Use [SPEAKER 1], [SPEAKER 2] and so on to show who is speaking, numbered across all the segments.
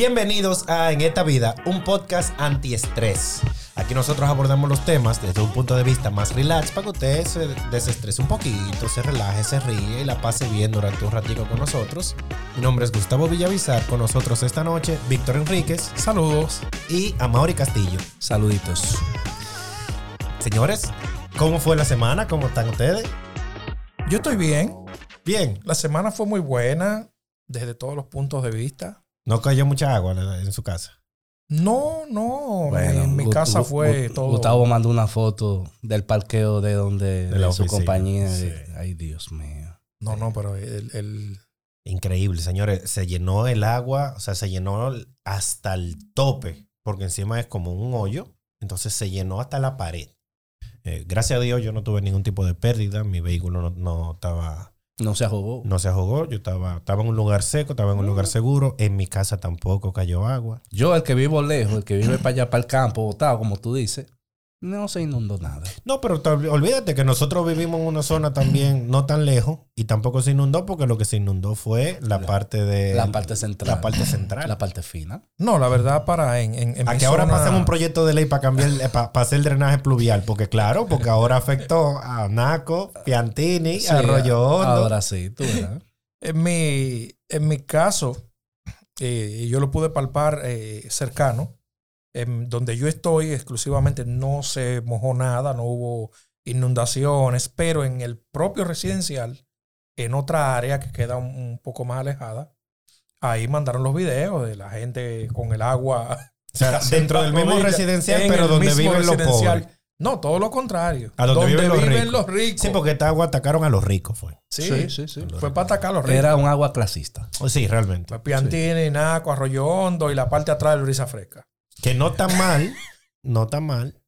[SPEAKER 1] Bienvenidos a En esta vida, un podcast antiestrés. Aquí nosotros abordamos los temas desde un punto de vista más relax para que usted se desestrese un poquito, se relaje, se ríe y la pase bien durante un ratito con nosotros. Mi nombre es Gustavo Villavizar, con nosotros esta noche Víctor Enríquez
[SPEAKER 2] Saludos.
[SPEAKER 1] y Amaury Castillo.
[SPEAKER 2] Saluditos.
[SPEAKER 1] Señores, ¿cómo fue la semana? ¿Cómo están ustedes?
[SPEAKER 2] Yo estoy bien.
[SPEAKER 1] Bien.
[SPEAKER 2] La semana fue muy buena desde todos los puntos de vista.
[SPEAKER 1] No cayó mucha agua en su casa.
[SPEAKER 2] No, no.
[SPEAKER 3] Bueno,
[SPEAKER 2] en mi
[SPEAKER 3] Gu-
[SPEAKER 2] casa
[SPEAKER 3] Gu-
[SPEAKER 2] fue
[SPEAKER 3] Gu-
[SPEAKER 2] todo.
[SPEAKER 3] Gustavo mandó una foto del parqueo de donde
[SPEAKER 1] De
[SPEAKER 3] de
[SPEAKER 1] la
[SPEAKER 3] su
[SPEAKER 1] oficina,
[SPEAKER 3] compañía.
[SPEAKER 1] sí.
[SPEAKER 3] Ay, Dios mío.
[SPEAKER 2] No, no, pero el, el-
[SPEAKER 1] Increíble, señores. Se llenó el agua, o sea, se llenó hasta el tope, porque encima es como un hoyo, entonces se llenó hasta la pared. Eh, gracias a Dios yo no tuve ningún tipo de pérdida, mi vehículo no, no estaba,
[SPEAKER 3] No se ahogó.
[SPEAKER 1] no se ahogó, yo estaba, estaba en un lugar seco, estaba en un
[SPEAKER 3] Mm.
[SPEAKER 1] lugar seguro, en mi casa tampoco cayó agua.
[SPEAKER 3] Yo, el que vivo lejos, el que vive para allá, para el campo, botado, como tú dices, no se inundó nada.
[SPEAKER 1] No, pero tal- olvídate que nosotros vivimos en una zona también no tan lejos y tampoco se inundó porque lo que se inundó fue la,
[SPEAKER 3] La-
[SPEAKER 1] parte de...
[SPEAKER 3] la parte central.
[SPEAKER 1] Eh, La parte central.
[SPEAKER 3] La parte fina.
[SPEAKER 2] no, la verdad, para en, en, en
[SPEAKER 1] A
[SPEAKER 2] mi
[SPEAKER 1] que ahora
[SPEAKER 2] zona-
[SPEAKER 1] pasemos un proyecto de ley para cambiar, para hacer el drenaje pluvial, porque claro, porque ahora afectó a Naco, Piantini,
[SPEAKER 3] Sí,
[SPEAKER 1] a Arroyo Hondo.
[SPEAKER 3] Ahora sí, tú ¿verdad?
[SPEAKER 2] En mi, en mi caso, eh, yo lo pude palpar eh, cercano. En donde yo estoy exclusivamente no se mojó nada, no hubo inundaciones, pero en el propio residencial, en otra área que queda un, un poco más alejada, ahí mandaron los videos de la gente con el agua.
[SPEAKER 1] o sea, dentro del mismo residencial, pero donde viven los pobres.
[SPEAKER 2] No, todo lo contrario.
[SPEAKER 1] A donde viven los ricos.
[SPEAKER 2] los ricos.
[SPEAKER 1] Sí, porque esta agua atacaron a los ricos, fue.
[SPEAKER 2] Sí,
[SPEAKER 3] sí, sí.
[SPEAKER 2] fue para atacar a los ricos.
[SPEAKER 3] Era un agua clasista.
[SPEAKER 1] Oh, Sí, realmente.
[SPEAKER 2] Piantini, Naco, Arroyo Hondo y la parte de atrás de Brisa Fresca.
[SPEAKER 1] Que no tan mal, no tan mal,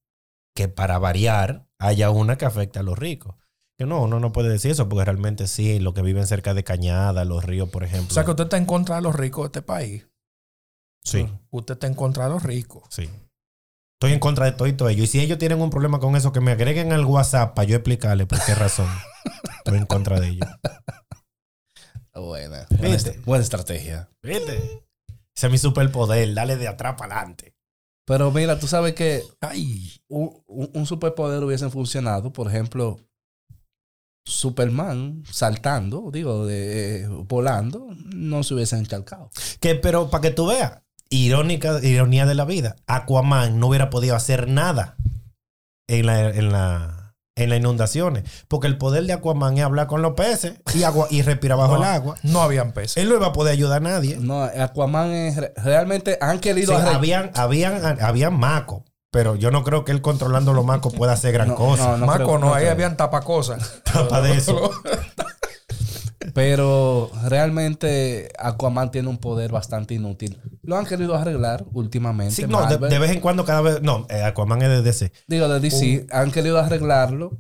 [SPEAKER 1] que para variar haya una que afecte a los ricos. Que no, uno no puede decir eso, porque realmente sí, los que viven cerca de Cañada, los ríos, por ejemplo.
[SPEAKER 2] O sea que usted está en contra de los ricos de este país.
[SPEAKER 1] sí.
[SPEAKER 2] Usted está en contra de los ricos.
[SPEAKER 1] Sí. Estoy en contra de todo y todo ello. Y si ellos tienen un problema con eso, que me agreguen al WhatsApp para yo explicarles por qué razón. Estoy en contra de ellos.
[SPEAKER 3] Buena. Buena,
[SPEAKER 1] Viste.
[SPEAKER 3] est- buena estrategia.
[SPEAKER 1] ¿Viste? Ese es mi superpoder. Dale de atrás para adelante.
[SPEAKER 3] Pero mira, tú sabes que
[SPEAKER 2] Ay,
[SPEAKER 3] un, un- un superpoder hubiesen funcionado, por ejemplo, Superman saltando, digo, de, eh, volando, no se hubiesen encharcado.
[SPEAKER 1] Que, pero para que tú veas, irónica, ironía de la vida. Aquaman no hubiera podido hacer nada en la, en la, en las inundaciones. Porque el poder de Aquaman es hablar con los peces y, agua, y respirar bajo
[SPEAKER 2] No.
[SPEAKER 1] el agua.
[SPEAKER 2] no habían peces.
[SPEAKER 1] Él no iba a poder ayudar a nadie.
[SPEAKER 3] No, Aquaman es re- realmente han
[SPEAKER 1] Sí,
[SPEAKER 3] querido arre-
[SPEAKER 1] habían, habían, habían macos, pero yo no creo que él controlando los macos pueda hacer gran
[SPEAKER 3] No,
[SPEAKER 1] cosa.
[SPEAKER 3] no
[SPEAKER 2] Marco,
[SPEAKER 3] creo-
[SPEAKER 2] no,
[SPEAKER 3] no
[SPEAKER 2] ahí
[SPEAKER 3] creo.
[SPEAKER 2] habían tapacosas.
[SPEAKER 1] Tapa de eso.
[SPEAKER 3] pero realmente Aquaman tiene un poder bastante inútil. Lo han querido arreglar últimamente.
[SPEAKER 1] Sí, no, de,
[SPEAKER 3] Marvel.
[SPEAKER 1] de vez en cuando cada vez. No, eh, Aquaman es de DC.
[SPEAKER 3] digo, de DC, han querido arreglarlo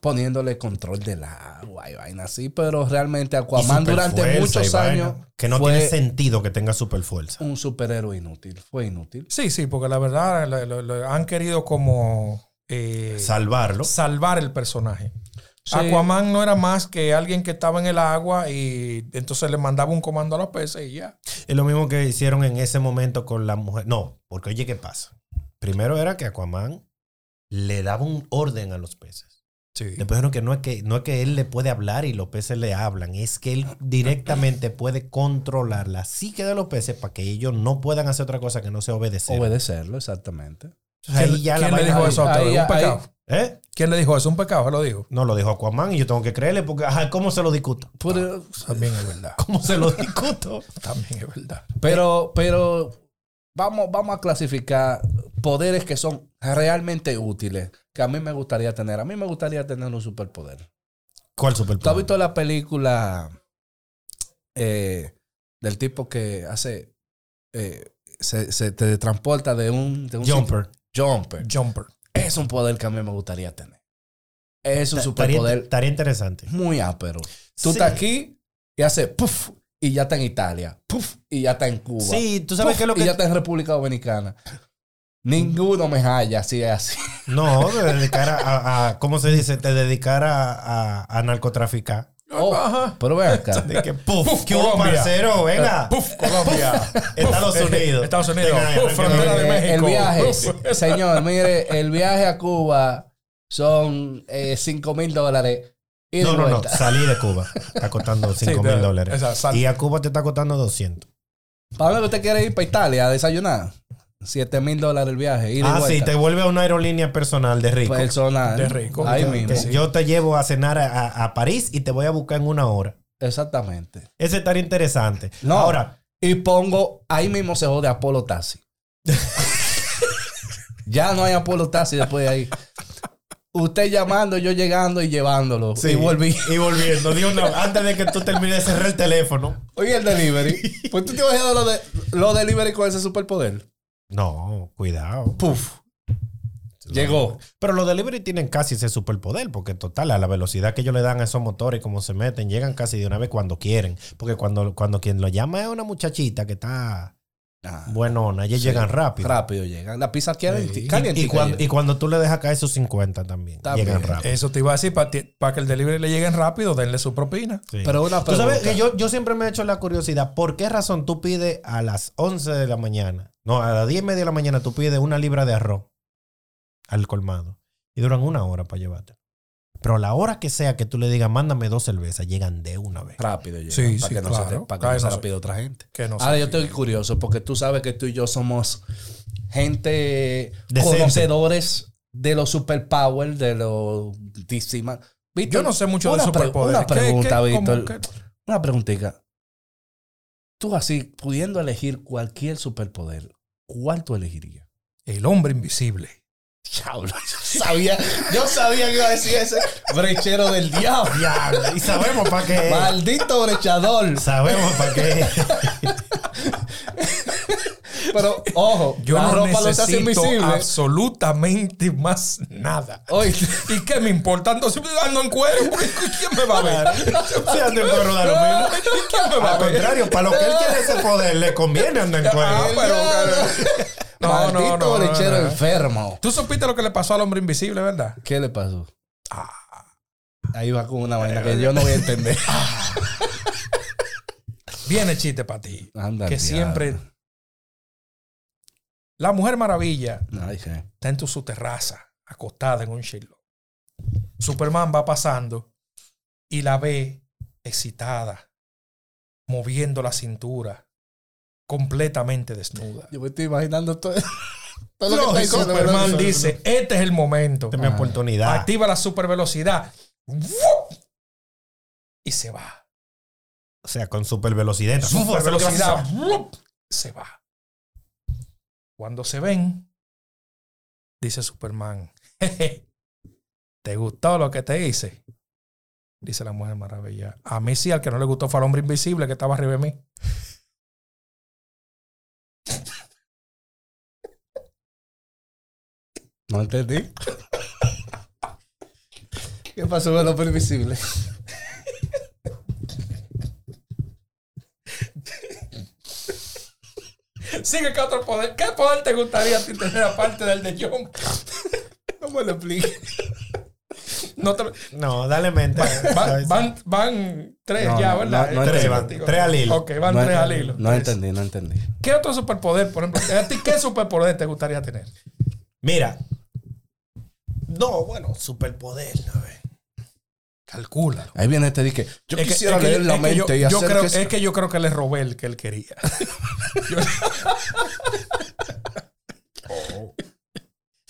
[SPEAKER 3] poniéndole control del agua y vaina así, pero realmente Aquaman
[SPEAKER 1] Y
[SPEAKER 3] durante
[SPEAKER 1] superfuerza
[SPEAKER 3] muchos
[SPEAKER 1] y vaina,
[SPEAKER 3] años
[SPEAKER 1] Que no
[SPEAKER 3] fue
[SPEAKER 1] tiene sentido que tenga super fuerza.
[SPEAKER 3] un superhéroe inútil, fue inútil.
[SPEAKER 2] Sí, sí, porque la verdad lo- lo- lo han querido como eh,
[SPEAKER 1] Salvarlo.
[SPEAKER 2] salvar el personaje.
[SPEAKER 3] Sí.
[SPEAKER 2] Aquaman no era más que alguien que estaba en el agua y entonces le mandaba un comando a los peces y ya.
[SPEAKER 1] Es lo mismo que hicieron en ese momento con la mujer. No, porque oye, ¿qué pasa? Primero era que Aquaman le daba un orden a los peces.
[SPEAKER 2] Sí.
[SPEAKER 1] Después dijeron que no es que no es que él le puede hablar y los peces le hablan, es que él directamente puede controlar la psique de los peces para que ellos no puedan hacer otra cosa que no sea obedecer.
[SPEAKER 3] Obedecerlo, exactamente.
[SPEAKER 1] O sea, Pues ahí
[SPEAKER 2] ¿Quién-
[SPEAKER 1] ya la
[SPEAKER 2] quién le
[SPEAKER 1] vaina-
[SPEAKER 2] dijo eso a usted?
[SPEAKER 3] ahí-
[SPEAKER 2] un pecado.
[SPEAKER 3] ahí-
[SPEAKER 1] ¿Eh?
[SPEAKER 2] ¿Quién le dijo eso? Un pecado, él lo dijo.
[SPEAKER 1] No lo dijo Aquaman y yo tengo que creerle porque ajá, ¿cómo se lo discuto?
[SPEAKER 3] Pero,
[SPEAKER 2] También es verdad.
[SPEAKER 1] ¿Cómo se lo discuto?
[SPEAKER 2] También es verdad.
[SPEAKER 3] pero, pero vamos, vamos a clasificar poderes que son realmente útiles, que a mí me gustaría tener. A mí me gustaría tener un superpoder.
[SPEAKER 1] ¿Cuál
[SPEAKER 3] ¿Tú has
[SPEAKER 1] superpoder?
[SPEAKER 3] visto la película eh, del tipo que hace... eh, se, se te transporta de un... de un
[SPEAKER 1] Jumper.
[SPEAKER 3] sitio- Jumper.
[SPEAKER 2] Jumper.
[SPEAKER 3] Es un poder que a mí me gustaría tener. Es un
[SPEAKER 1] Estaría-
[SPEAKER 3] superpoder
[SPEAKER 1] Estaría interesante.
[SPEAKER 3] muy ápero. Tú
[SPEAKER 1] Sí.
[SPEAKER 3] estás aquí y haces puff y ya está en Italia, puff y ya está en Cuba.
[SPEAKER 1] Sí, tú sabes
[SPEAKER 3] puff,
[SPEAKER 1] que lo
[SPEAKER 3] Y ya
[SPEAKER 1] que.
[SPEAKER 3] está en República Dominicana. Ninguno me halla si es así.
[SPEAKER 1] No, de dedicar a, a- a- ¿Cómo se dice? Te dedicar a, a- a narcotraficar.
[SPEAKER 3] Oh,
[SPEAKER 2] Ajá.
[SPEAKER 3] pero ven acá.
[SPEAKER 1] De que, puf, ¿qué hubo,
[SPEAKER 2] Colombia.
[SPEAKER 1] parcero? Venga.
[SPEAKER 2] Puf, Colombia.
[SPEAKER 1] Ah, Estados
[SPEAKER 2] Puf,
[SPEAKER 1] Unidos.
[SPEAKER 2] Estados Unidos.
[SPEAKER 1] Venga,
[SPEAKER 2] Puf,
[SPEAKER 1] venga,
[SPEAKER 2] frontera de
[SPEAKER 1] venga.
[SPEAKER 2] México.
[SPEAKER 3] Eh, El viaje,
[SPEAKER 2] Uf.
[SPEAKER 3] señor, mire, el viaje a Cuba son 5 mil dólares. Y de
[SPEAKER 1] No, no, no.
[SPEAKER 3] vuelta.
[SPEAKER 1] Salí de Cuba. Está costando 5
[SPEAKER 2] de-
[SPEAKER 1] mil dólares.
[SPEAKER 2] esa, sal-
[SPEAKER 1] Y a Cuba te está costando 200.
[SPEAKER 3] ¿Para dónde usted quiere ir? Para Italia, a desayunar. 7 mil dólares el viaje. Y de
[SPEAKER 1] Ah, sí,
[SPEAKER 3] vuelta. Pues
[SPEAKER 1] te vuelve a una aerolínea personal de rico.
[SPEAKER 3] Personal.
[SPEAKER 2] De rico.
[SPEAKER 3] Ahí
[SPEAKER 2] Que-
[SPEAKER 3] mismo.
[SPEAKER 1] Que
[SPEAKER 2] sí.
[SPEAKER 1] Yo te llevo a cenar a, a- a París y te voy a buscar en una hora.
[SPEAKER 3] Exactamente.
[SPEAKER 1] Ese estaría interesante.
[SPEAKER 3] No.
[SPEAKER 1] Ahora,
[SPEAKER 3] Y pongo, ahí mismo se jode Apolo Taxi. ya no hay Apolo Taxi después de ahí. Usted llamando, yo llegando y llevándolo.
[SPEAKER 1] Sí,
[SPEAKER 3] Y volví.
[SPEAKER 1] Y volviendo. Digo, no, antes de que tú termines de cerrar el teléfono.
[SPEAKER 3] Oye, el delivery. Pues tú te imaginas lo, de, lo delivery con ese superpoder.
[SPEAKER 1] No, cuidado.
[SPEAKER 3] Puf. Llegó.
[SPEAKER 1] Pero los delivery tienen casi ese superpoder, porque total, a la velocidad que ellos le dan a esos motores, como se meten, llegan casi de una vez cuando quieren. Porque cuando, cuando quien lo llama es una muchachita que está
[SPEAKER 3] Ah,
[SPEAKER 1] buenona, ellos
[SPEAKER 3] Sí.
[SPEAKER 1] llegan rápido.
[SPEAKER 3] rápido llegan. La pizza caliente.
[SPEAKER 1] Y-
[SPEAKER 3] caliente Eh,
[SPEAKER 1] y, cuando, y cuando tú le dejas caer esos 50 también,
[SPEAKER 3] También.
[SPEAKER 1] llegan rápido.
[SPEAKER 2] Eso te iba a decir, para que el delivery le lleguen rápido, denle su propina.
[SPEAKER 1] Sí.
[SPEAKER 3] Pero una
[SPEAKER 1] Tú
[SPEAKER 3] pregunta.
[SPEAKER 1] sabes que yo, yo siempre me he hecho la curiosidad, ¿por qué razón tú pides a las 11 de la mañana? No, a las 10 y media de la mañana tú pides una libra de arroz al colmado y duran una hora para llevarte. Pero a la hora que sea que tú le digas, mándame dos cervezas, llegan de una vez.
[SPEAKER 3] Rápido llegan.
[SPEAKER 2] Sí,
[SPEAKER 3] para
[SPEAKER 2] sí,
[SPEAKER 3] que no se,
[SPEAKER 2] claro.
[SPEAKER 3] te- para que
[SPEAKER 2] Claro,
[SPEAKER 3] no se
[SPEAKER 2] no
[SPEAKER 3] la
[SPEAKER 2] sé.
[SPEAKER 3] pida otra gente.
[SPEAKER 2] Que no
[SPEAKER 3] Ahora
[SPEAKER 2] sé
[SPEAKER 3] Ah, yo
[SPEAKER 2] si-
[SPEAKER 3] estoy curioso porque tú sabes que tú y yo somos gente
[SPEAKER 1] Decente.
[SPEAKER 3] conocedores de los superpowers, de los disima-
[SPEAKER 2] Yo
[SPEAKER 3] Víctor,
[SPEAKER 2] no sé mucho
[SPEAKER 3] una
[SPEAKER 2] de
[SPEAKER 3] pre-
[SPEAKER 2] superpoderes.
[SPEAKER 3] Una
[SPEAKER 2] ¿Qué- qué-
[SPEAKER 3] pregunta,
[SPEAKER 2] cómo-
[SPEAKER 3] Víctor.
[SPEAKER 2] qué-
[SPEAKER 3] Una preguntita. Tú así, pudiendo elegir cualquier superpoder, ¿cuál tú elegirías?
[SPEAKER 2] El hombre invisible.
[SPEAKER 3] Diablo, yo sabía, yo sabía que iba a decir ese brechero del diablo.
[SPEAKER 1] Diablo, y sabemos para
[SPEAKER 2] Eh.
[SPEAKER 1] qué. es.
[SPEAKER 3] Maldito brechador.
[SPEAKER 1] Sabemos para qué. es.
[SPEAKER 3] Pero ojo,
[SPEAKER 2] Yo
[SPEAKER 3] la
[SPEAKER 2] no
[SPEAKER 3] ropa lo hace
[SPEAKER 2] necesito
[SPEAKER 3] invisible.
[SPEAKER 2] absolutamente más nada.
[SPEAKER 3] Oíste.
[SPEAKER 2] ¿Y qué me importa? Entonces ando en cuero. porque ¿Quién me va a ver?
[SPEAKER 1] Sí, anda en cuero, da lo mismo.
[SPEAKER 2] ¿Y quién me va a
[SPEAKER 1] Al
[SPEAKER 2] ver?
[SPEAKER 1] contrario, para lo que él quiere ese poder, le conviene andar en
[SPEAKER 2] Ah,
[SPEAKER 1] cuero.
[SPEAKER 2] pero, claro. No, no,
[SPEAKER 3] Maldito
[SPEAKER 2] no, no,
[SPEAKER 3] lechero
[SPEAKER 2] no.
[SPEAKER 3] enfermo.
[SPEAKER 2] Tú supiste lo que le pasó al hombre invisible, ¿verdad?
[SPEAKER 3] ¿Qué le pasó? Ah. Ahí va con una vaina que yo no voy a entender.
[SPEAKER 2] Viene chiste para ti.
[SPEAKER 3] Anda,
[SPEAKER 2] que
[SPEAKER 3] diablo.
[SPEAKER 2] siempre. La Mujer Maravilla
[SPEAKER 3] Ay, sí.
[SPEAKER 2] está en tu- su terraza, acostada en un chilo. Superman va pasando y la ve excitada, moviendo la cintura, completamente desnuda.
[SPEAKER 3] Yo me estoy imaginando todo, todo lo
[SPEAKER 2] Y
[SPEAKER 3] que está diciendo, ¿verdad?
[SPEAKER 2] Superman dice: Este es el momento.
[SPEAKER 1] Esta es mi
[SPEAKER 3] Ah.
[SPEAKER 1] oportunidad.
[SPEAKER 2] Activa la supervelocidad. ¡Fu! Y se va.
[SPEAKER 1] O sea, con super velocidad.
[SPEAKER 2] Super velocidad. Se va. Cuando se ven, dice Superman, "Jeje, ¿te gustó lo que te hice? Dice la Mujer Maravilla. A mí sí, al que no le gustó fue al hombre invisible que estaba arriba de mí.
[SPEAKER 3] No entendí. ¿Qué pasó con lo permisible?
[SPEAKER 2] Sigue que otro poder. ¿Qué poder te gustaría a ti tener aparte del de John?
[SPEAKER 3] No me lo explique.
[SPEAKER 2] No te lo-
[SPEAKER 1] No, dale mente.
[SPEAKER 2] van, van- van tres
[SPEAKER 3] No,
[SPEAKER 2] ya,
[SPEAKER 3] no,
[SPEAKER 2] ¿verdad?
[SPEAKER 3] no, no
[SPEAKER 1] Tres,
[SPEAKER 3] entendí.
[SPEAKER 1] van, tres al hilo.
[SPEAKER 2] Ok, van
[SPEAKER 3] no,
[SPEAKER 2] tres al
[SPEAKER 3] entendí,
[SPEAKER 2] hilo.
[SPEAKER 3] no
[SPEAKER 2] Tres.
[SPEAKER 3] entendí, no entendí.
[SPEAKER 2] ¿Qué otro superpoder, por ejemplo? ¿A ti qué superpoder te gustaría tener?
[SPEAKER 1] Mira. No, bueno, superpoder. a ver.
[SPEAKER 2] Calcúlalo.
[SPEAKER 3] Ahí viene este dije,
[SPEAKER 2] Es
[SPEAKER 3] yo
[SPEAKER 2] que-
[SPEAKER 3] quisiera
[SPEAKER 2] es que-
[SPEAKER 3] leer la
[SPEAKER 2] es que
[SPEAKER 3] mente
[SPEAKER 2] yo-
[SPEAKER 3] y
[SPEAKER 2] yo
[SPEAKER 3] hacer
[SPEAKER 2] creo-
[SPEAKER 3] que...
[SPEAKER 2] Es que yo creo que le robé el que él quería.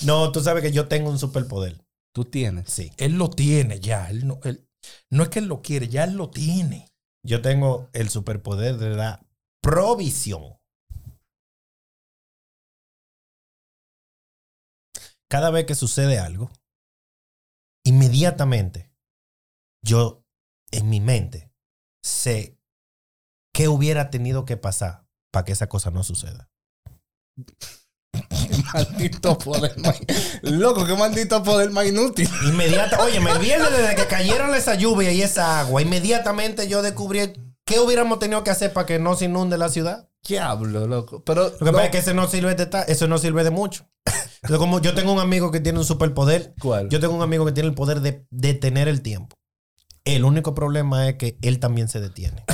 [SPEAKER 1] No, tú sabes que yo tengo un superpoder.
[SPEAKER 3] Tú tienes.
[SPEAKER 1] Sí.
[SPEAKER 2] él lo tiene ya. Él no, él- no es que él lo quiere, ya él lo tiene.
[SPEAKER 1] Yo tengo el superpoder de la provisión. Cada vez que sucede algo, inmediatamente yo en mi mente sé qué hubiera tenido que pasar para que esa cosa no suceda.
[SPEAKER 3] Maldito poder más... Loco, qué maldito poder más inútil.
[SPEAKER 1] Inmediata, oye, me viene desde que cayeron esa lluvia y esa agua. Inmediatamente yo descubrí qué hubiéramos tenido que hacer para que no se inunde la ciudad.
[SPEAKER 3] Diablo, loco. Pero...
[SPEAKER 1] Lo que
[SPEAKER 3] no-
[SPEAKER 1] pasa es que ese no sirve de ta- eso no sirve de mucho. Entonces, como yo tengo un amigo que tiene un superpoder,
[SPEAKER 3] ¿Cuál?
[SPEAKER 1] yo tengo un amigo que tiene el poder de detener el tiempo. El único problema es que él también se detiene.